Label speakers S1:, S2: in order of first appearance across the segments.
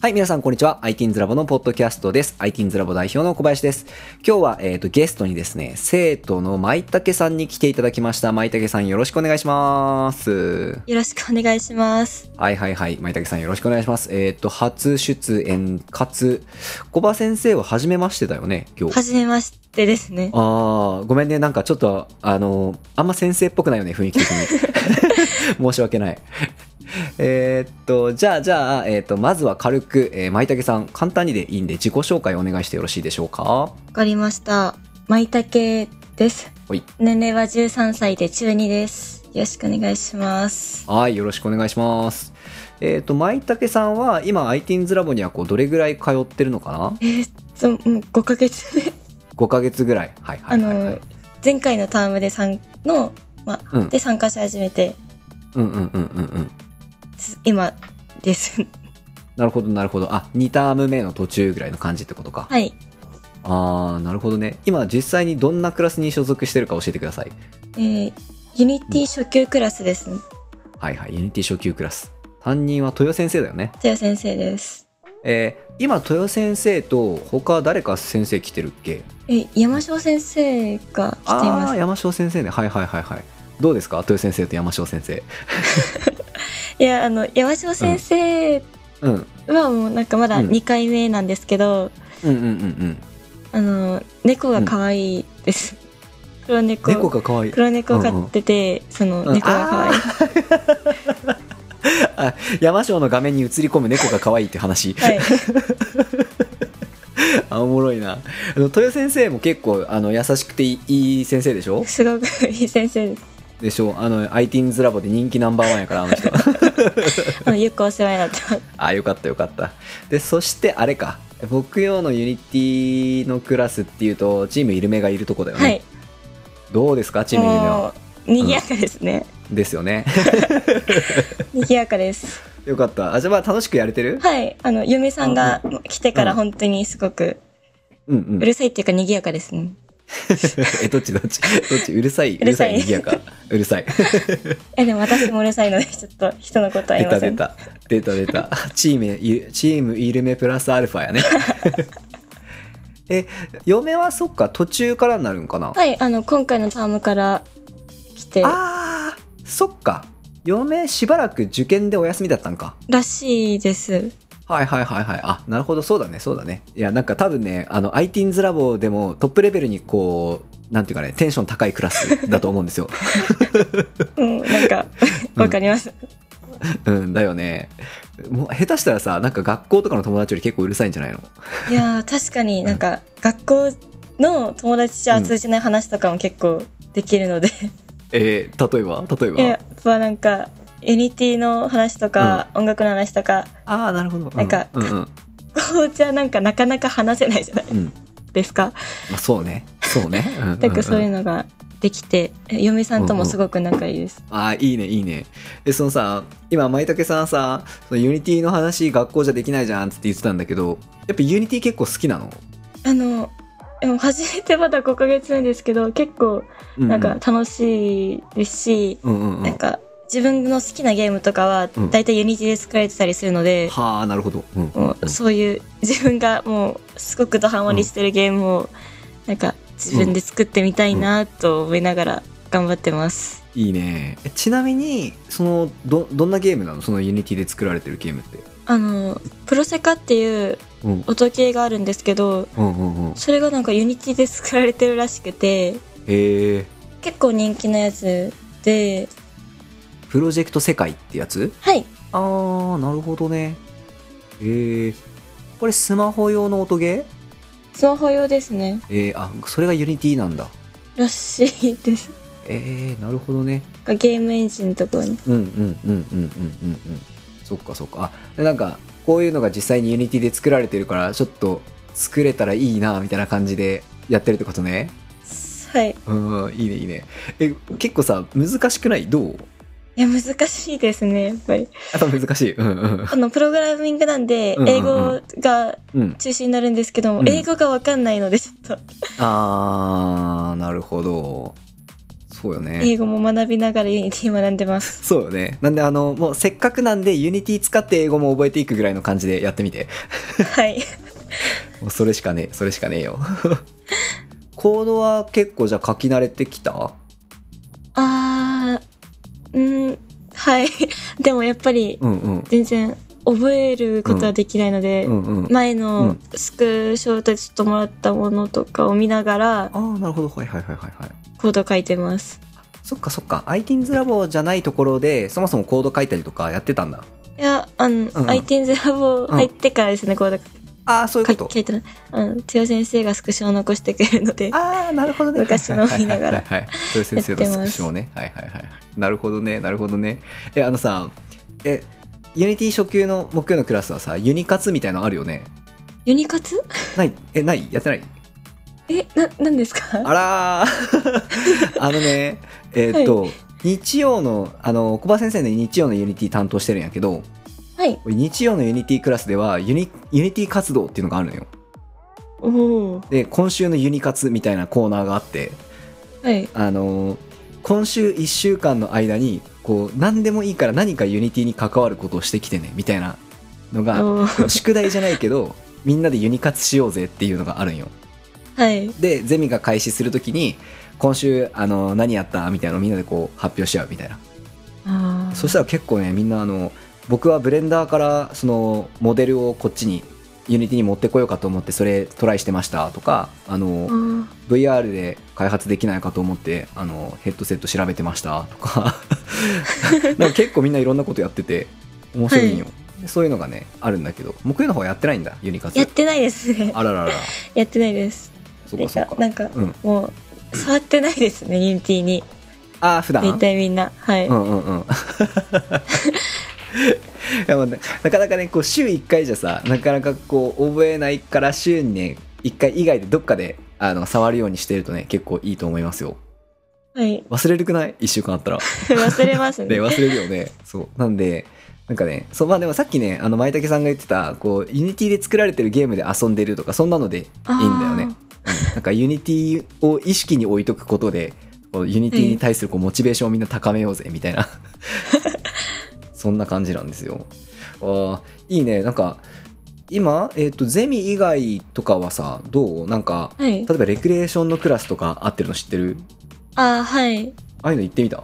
S1: はい、皆さん、こんにちは。ITINS ラボのポッドキャストです。ITINS ラボ代表の小林です。今日は、えっ、と、ゲストにですね、生徒の舞竹さんに来ていただきました。舞竹さん、よろしくお願いします。
S2: よろしくお願いします。
S1: はいはいはい。舞竹さん、よろしくお願いします。えっ、と、初出演、かつ、小葉先生は初めましてだよね、今日。
S2: はじめましてですね。
S1: ああ、ごめんね。なんかちょっと、あの、あんま先生っぽくないよね、雰囲気的に。 申し訳ない。えーっと、じゃあ、じゃあ、えーっと、まずは軽く、えー、舞竹さん、簡単にでいいんで、自己紹介お願いしてよろしいでしょうか
S2: わかりました。舞茸です。
S1: はい。
S2: 年齢は13歳で中2です。よろしくお願いします。
S1: はい、よろしくお願いします。えーっと、舞竹さんは、今、ITINS ラボには、こう、どれぐらい通ってるのかな
S2: えーっと、もう5ヶ月目。
S1: ?5 ヶ月ぐらい。はい、はい、はい、は
S2: あ
S1: い
S2: の。前回のタームで参の、まあ、
S1: うん
S2: で参加し始めて、
S1: うんうんうんうんうん。
S2: つ今です。
S1: なるほど、なるほど。あ、2ターム目の途中ぐらいの感じってことか。
S2: はい。
S1: あー、なるほどね。今、実際にどんなクラスに所属してるか教えてください。
S2: えー、ユニティ初級クラスですね。
S1: はいはい、ユニティ初級クラス。担任は豊先生だよね。
S2: つや先生です。
S1: えー今、豊先生と他誰か先生来てるっけ
S2: え、山椒先生が来てい
S1: あ
S2: ま
S1: ー、
S2: す。
S1: 山椒先生ね。はいはいはいはい。どうですか豊先生と山椒先生。
S2: いや、あの、山椒先生
S1: うん。うん
S2: はもうなんかまだ
S1: うん
S2: 2回目なんですけど、
S1: うんうんうん。
S2: あの猫が可愛いです、黒猫
S1: 猫が可愛い。
S2: 黒猫を飼ってて、その
S1: うん
S2: 猫が可愛い、
S1: あ山椒の画面に映り込む猫が可愛いって話。
S2: はい
S1: あ、おもろいな。あの豊先生も結構、あの、優しくていいいい先生でしょ
S2: すごくいい先生です
S1: でしょあの、ITINS ラボで人気ナンバーワンやから、あの人。
S2: あのよくお世話になってます
S1: あ、よかったよかった。で、そしてあれか。木曜のユニティのクラスっていうと、チームイルメがいるとこだよね。
S2: はい
S1: どうですか、チームイルメ
S2: も
S1: は。
S2: う賑やかですね、
S1: ですよね。
S2: 賑やかです
S1: よかった。あ、じゃあまあ楽しくやれてる
S2: はいあの嫁さんが来てから
S1: うん
S2: 本当にすごく
S1: うんう。
S2: うんるさいっていうか賑やかですね
S1: え、どっちどっちどっちうるさい、う
S2: うる
S1: るさ
S2: さ
S1: い、
S2: い
S1: 賑やか。うるさい。
S2: えでも私もうるさいので ちょっと人のことは
S1: 出
S2: 言い
S1: た
S2: ませ
S1: 出
S2: ん
S1: た。出た出た。チームイル、チームイルメプラスアルファや ね。え、嫁はそっか、途中からになるんかな、
S2: はいあの今回のタームから来て
S1: あー、そっか。嫁しばらく受験でお休みだったんか。
S2: らしいです
S1: はいはいはいはい。あ、なるほど。そうだね。そうだね。いや、なんか多分ね、あの、ITINS ラボでもトップレベルにこう、なんていうかね、テンション高いクラスだと思うんですよ。
S2: うんなんか
S1: うん
S2: わかります、
S1: うん、だよね。もう、下手したらさ、なんか学校とかの友達より結構うるさいんじゃないの
S2: いやー確かになんか学校の友達じゃ通じない話とかも結構できるので、
S1: えー、例えば例えば
S2: やっぱなんかユニティの話とか、音楽の話とか
S1: ああ、なるほど。う
S2: なんか
S1: うんうん。
S2: こうじゃなんかなかなか話せないじゃない
S1: うん。
S2: ですか、
S1: まあ、そうね。そうね。うんうんうん
S2: なんかそういうのができてえ嫁さんともすごく仲いいです、
S1: ああ、いいね、いいね。で、そのさ、今、舞竹さんさ、そのユニティの話、学校じゃできないじゃんつって言ってたんだけど、やっぱユニティ結構好きなの
S2: あのでも初めてまだ5ヶ月目ですけど結構
S1: う
S2: なんか、楽しいですし、
S1: うんうんう
S2: なん
S1: ん。
S2: か自分の好きなゲームとかは
S1: うん
S2: 大体ユニティで作られてたりするので、
S1: はあ、なるほど。うん。
S2: もうそういう自分がもうすごくドハマりしてるゲームをなんか自分で作ってみたいなと思いながら頑張ってます。
S1: いいね。えちなみに、その、ど、どんなゲームなのそのユニティで作られてるゲームって。
S2: あのプロセカっていう
S1: うん。
S2: 音系があるんですけど
S1: うんうんうん。
S2: それがなんかユニティで作られてるらしくて
S1: へえ。
S2: 結構人気のやつで
S1: プロジェクト世界ってやつ
S2: はい
S1: あー、なるほどね。へえ。これスマホ用の音ゲ
S2: スマホ用ですね
S1: ーえー、あ、それがユニティなんだ。
S2: らしいです
S1: えー、なるほどね。
S2: ゲームエンジンとかに
S1: うんうんうんうんうんうんうん。そっかそっか。あ、でなんか、こういうのが実際にユニティで作られてるから、ちょっと作れたらいいな、みたいな感じでやってるってことね。
S2: はい
S1: うん、いいねいいね。え、結構さ、難しくないどう
S2: いや難しいですねやっぱり
S1: やっぱ難しい。うんうん
S2: あのプログラミングなんで
S1: うんうんうん
S2: 英語が
S1: うん。
S2: 中心になるんですけども、
S1: うん
S2: 英語がわかんないのでちょっと
S1: あー、なるほど。そうよね。
S2: 英語も学びながら Unity 学ん でます。
S1: そうよね。なんで、あの、もうせっかくなんで、Unity 使って英語も覚えていくぐらいの感じでやってみて。
S2: はい。
S1: もうそれしかねえ、それしかねえよ。コードは結構じゃあ書き慣れてきた
S2: あー、うん、はい。 でもやっぱり、
S1: うんうん。
S2: 全然覚えることはできないので、
S1: うんうん。
S2: 前
S1: う
S2: の
S1: ん
S2: スクショでちょっともらったものとかを見ながら、
S1: ああ、なるほど。はいはいはいはいはい。
S2: コード書いてます。
S1: そっかそっか。ITINS ラボじゃないところで、そもそもコード書いたりとかやってたんだ。
S2: いや、あの、
S1: うん
S2: IT's ラボ入ってからですね、コード
S1: ああ、そういうこ
S2: 書
S1: と
S2: い。書いてない。うん、つよ先生がスクショを残してくれるので、
S1: ああ、なるほどね。
S2: 昔のを見な
S1: はいはいはい
S2: がら
S1: はいはい。そういう先生のスクショもね。はいはいはい。なるほどね、なるほどね。え、あのさ、え、ユニティ初級の木曜のクラスはさ、ユニ活みたいなのあるよね。
S2: ユニカツ
S1: ないえ、ないやってない
S2: え、な、何ですか
S1: あらー あのね、えーっと、日曜の、あの、小葉先生の日曜のユニティ担当してるんやけど、
S2: はい。
S1: 日曜のユニティクラスではユニ、ユニティ活動っていうのがあるのよ。
S2: おおー。
S1: で、今週のユニ活みたいなコーナーがあって、
S2: はい。
S1: あのー今週1週間の間にこう何でもいいから何かユニティに関わることをしてきてねみたいなのが
S2: おー
S1: 宿題じゃないけどみんなでユニ活しようぜっていうのがあるんよ
S2: はい。
S1: でゼミが開始するときに今週あのー何やったみたいなのをみんなでこう発表し合うみたいな
S2: あー
S1: そしたら結構ねみんなあの僕はブレンダーからそのモデルをこっちにユニティに持ってこようかと思ってそれトライしてましたとかあのー
S2: あー
S1: VR で開発できないかと思ってあのヘッドセット調べてましたと かなんか結構みんないろんなことやってて面白いんよ、そういうのがねあるんだけど木曜の方はやってないんだユニカツ
S2: やってないですね。
S1: あらららら
S2: やってないです。
S1: そっ
S2: なん
S1: かそっ
S2: か
S1: か、
S2: なんか、
S1: うん、
S2: もう、触ってないですね、ユニティに。
S1: ああ普段
S2: 大体みんな。はい。
S1: うんうん うんいやまあななかなかねこう週1回じゃさなかなかこう覚えないから週にね1回以外でどっかであの触るようにしてるとね結構いいと思いますよ
S2: はい。
S1: 忘れるくない1週間あったら
S2: 忘れます
S1: で
S2: ね。
S1: 忘れるよね。そう。なんで、なんかね、そう、まあでもさっきね、あの、舞竹さんが言ってた、こう、ユニティで作られてるゲームで遊んでるとか、そんなのでいいんだよね。うんなんか、ユニティを意識に置いとくことで、こうユニティに対するこうモチベーションをみんな高めようぜ、みたい な。そんな感じなんですよ。ああ、いいね。なんか、今、えっ、と、ゼミ以外とかはさ、どうなんか、
S2: はい。
S1: 例えばレクリエーションのクラスとかあってるの知ってる
S2: あーはい。
S1: ああいうの行ってみた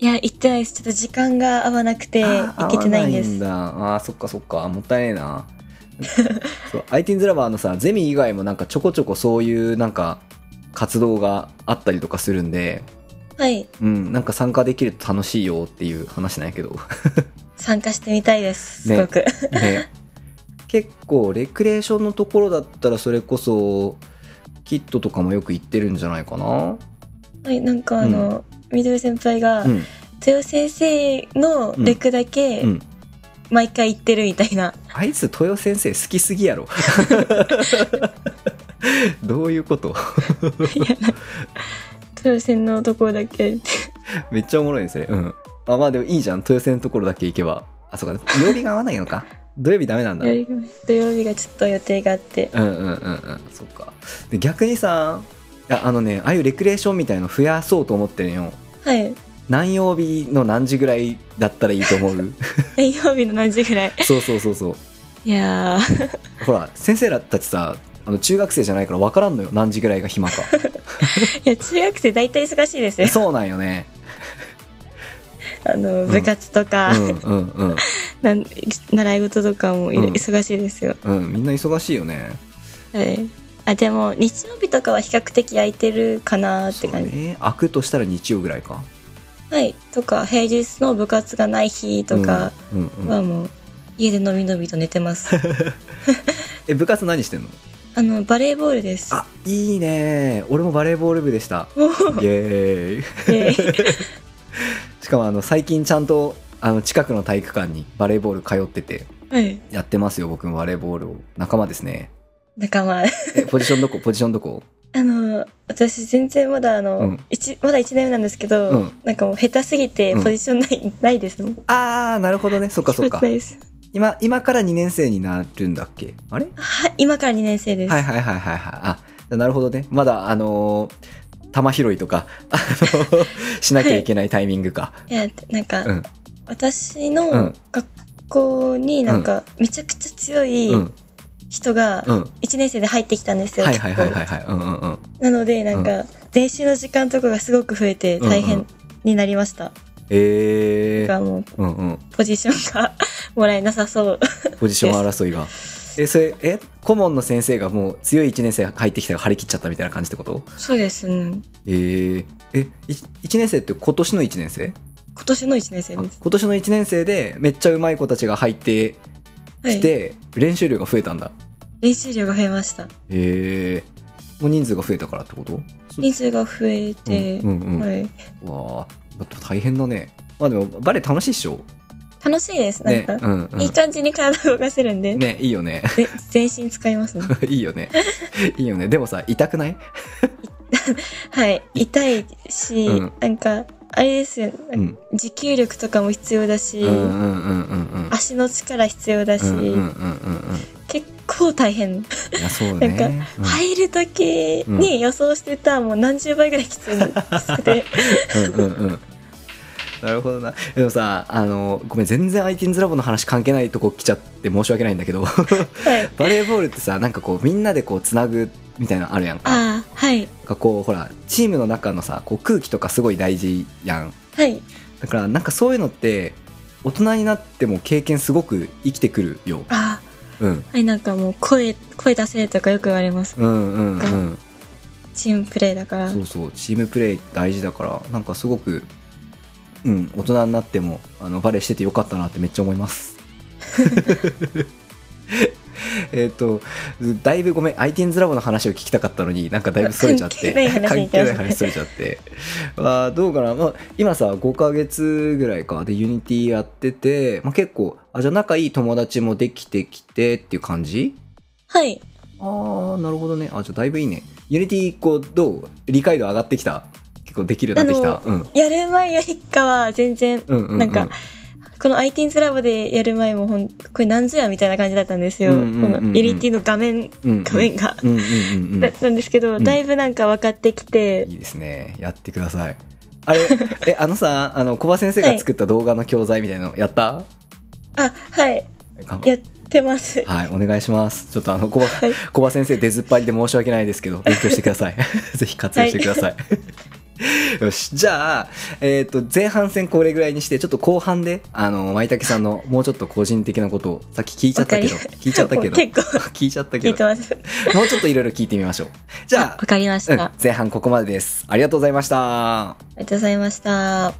S2: いや、行ってないです。ちょっと時間が合わなくて、
S1: あー
S2: 行けてないんで
S1: 合わ
S2: す。
S1: ないんだあーそっかそっかもったいねえな そう IT's ラバーのさゼミ以外もなんかちょこちょこそういうなんか活動があったりとかするんで
S2: はい。
S1: うんなんか参加できると楽しいよっていう話なんやけ ど
S2: 参加してみたいです。す
S1: ね
S2: ごく。
S1: ね結構レクリエーションのところだったらそれこそキットとかもよく行ってるんじゃないかな
S2: はい、なんかあの、みどり先輩が、
S1: うん
S2: 豊先生のレクだけ
S1: うん
S2: 毎回行ってるみたい な、
S1: あいつ豊先生好きすぎやろ どういうこと
S2: 豊先のところだけ行って
S1: めっちゃおもろいですね。うん。あ、まあでもいいじゃん。豊洲のところだけ行けば。あ、そうか。曜日が合わないのか。 土曜日ダメなんだ。う
S2: や
S1: ん
S2: ります土曜日がちょっと予定があって
S1: うんうんうん。そっか。で、逆にさ、いやあのね、ああいうレクリエーションみたいの増やそうと思ってるのよ。
S2: はい
S1: 何曜日の何時ぐらいだったらいいと思 う
S2: 何曜日の何時ぐらい
S1: そうそうそうそう。
S2: いやー
S1: ほら、先生らたちさ、あの中学生じゃないから分からんのよ。何時ぐらいが暇 か。
S2: いや中学生大体忙しいですよ
S1: そうなんよね。
S2: あの部活とか、
S1: うんうんうん。
S2: なん習い事とかもい
S1: うん
S2: 忙しいですよ、
S1: うん、みんな忙しいよね。
S2: はいあでも日曜日とかは比較的空いてるかなーって
S1: そう
S2: 感じ、
S1: ね。開くとしたら日曜ぐらいか。
S2: はいとか平日の部活がない日とか
S1: うん。うんうん
S2: はもう家でのびのびと寝てます
S1: え、部活何してんの
S2: あの、バレーボールです。
S1: あいいね俺もバレーボール部で した
S2: お
S1: イエーイ
S2: で
S1: しかもあの最近ちゃんとあの近くの体育館にバレーボール通ってて
S2: はい。
S1: やってますよ僕もバレーボールを仲間ですね
S2: 仲間。あ
S1: えポジションどこポジションど こ
S2: の、私全然まだあ
S1: う
S2: の
S1: ん、
S2: 一、まだ1年目なんですけど、
S1: うん
S2: なんかもう下手すぎて
S1: うん
S2: ポジションない、ないですもん。
S1: あーなるほどねそっかそっ か
S2: ないです。
S1: 今今から2年生になるんだっけあれ
S2: は、今から2年生です。
S1: はいはいはいはいはいあなるほどねまだあのー玉拾いとか、あ のしなきゃいけないタイミングか。
S2: いや、なんか、
S1: うん
S2: 私
S1: う
S2: の
S1: ん
S2: 学校になんか、めちゃくちゃ強い
S1: うん。
S2: 人が
S1: う、ん。
S2: 1年生で入ってきたんですよ。
S1: はいはいはい
S2: 結
S1: はいはい。うんうんうん。
S2: 構なので、なんか、練習の時間とかがすごく増えて大
S1: うんう
S2: 変
S1: ん
S2: になりました。
S1: え
S2: だ
S1: え
S2: からもう、
S1: うんうん。
S2: ポジションが もらえなさそう。
S1: ポジション争いが。え、それ、え、顧問の先生がもう強い1年生入ってきたら張り切っちゃったみたいな感じってこと
S2: そうですね。
S1: えええ、1年生って今年の1年生
S2: 今年の1年生
S1: あ
S2: です。
S1: 今年の1年生でめっちゃうまい子たちが入って
S2: は
S1: き
S2: い。
S1: て、練習量が増えたんだ。
S2: 練習量が増えました。
S1: ええもう人数が増えたからってこと
S2: 人数が増えて、
S1: うんうんうん
S2: はい。
S1: わあ、だって大変だね。まあでも、バレエ楽しいっしょ
S2: 楽しいです。なん
S1: ね。
S2: か、
S1: うんうん
S2: いい感じに体を動かせるんで、
S1: ね、いいよね。
S2: で全身使いますね。
S1: いいよ ね。いいよね。でもさ、痛くない
S2: はい。痛いし、
S1: うん
S2: なんか、あれですよ、
S1: うん。
S2: 持久力とかも必要だし、
S1: うんうんうんうんうん。
S2: 足の力必要だし、
S1: うんうんうんうんうん。
S2: 結構大変。
S1: いや、そうね。
S2: なん
S1: うん
S2: 入る時に予想してたもう何十倍ぐらいきついのきつ くて。
S1: うんうんうん。なるほどな。でもさ、あの、ごめん、全然 IT's ラボの話関係ないとこ来ちゃって申し訳ないんだけど、
S2: はい。
S1: バレーボールってさ、なんかこう、みんなでこう、つなぐみたいなのあるやんか。
S2: ああ、はい。
S1: なんかこう、ほら、チームの中のさ、こう空気とかすごい大事やん。
S2: はい。
S1: だから、なんかそういうのって、大人になっても経験すごく生きてくるよ。
S2: あ
S1: うん。
S2: あ、はい、なんかもう声、声出せとかよく言われます。
S1: うんうんうん。
S2: チームプレーだから。
S1: そうそうチームプレー大事だからなんかすごく、うん、大人になってもあのバレーしててよかったなってめっちゃ思います えっとだいぶごめん ITNS ラボの話を聞きたかったのになんかだいぶそれちゃっ
S2: 関係ない
S1: て
S2: 話に行き
S1: 係な
S2: まし
S1: い
S2: た
S1: 話それちゃってあーどうかな、まあ、今さ5ヶ月ぐらいかでユニティやってて、まあ、結構あじゃあ仲いい友達もできてきてっていう感じ
S2: はい。
S1: ああ、なるほどね。あ、じゃあだいぶいいね。ユニティ、こう、どう理解度上がってきた結構できるようになってきた。うん。
S2: やる前よりかは全然、
S1: うんうん、うん。
S2: なんか、この IT's ラボでやる前もほん、これなんぞやみたいな感じだったんですよ。
S1: うんうんうんうん
S2: このユニティの画面、
S1: うんうん、
S2: 画面が。
S1: うんうんうんうん。
S2: だったんですけど、
S1: うん
S2: だいぶなんか分かってきて
S1: い、いですね。やってください。あれ、え、あのさ、あの、小葉先生が作った動画の教材みたいなの、やった
S2: あ、はい、
S1: 頑張
S2: やってます。
S1: はい、お願いします。ちょっとあの、小葉、
S2: はい
S1: 小葉先生出ずっぱりで申し訳ないです けど、勉強してください。 ぜひ活用してください。 よし。じゃあ、えっ、と、前半戦これぐらいにして、ちょっと後半で、あの、舞竹さんのもうちょっと個人的なことを、さっき聞いちゃったけど、
S2: わかり
S1: 聞いちゃったけど、
S2: 結構
S1: 聞いちゃった
S2: 聞
S1: け
S2: いて
S1: ど、
S2: ます。
S1: もうちょっといろいろ聞いてみましょう。じ
S2: あ
S1: ゃ
S2: わかりまし
S1: あ、
S2: た。
S1: うん
S2: あ
S1: 前半ここまでです。ありがとうございました。
S2: りがとうございました。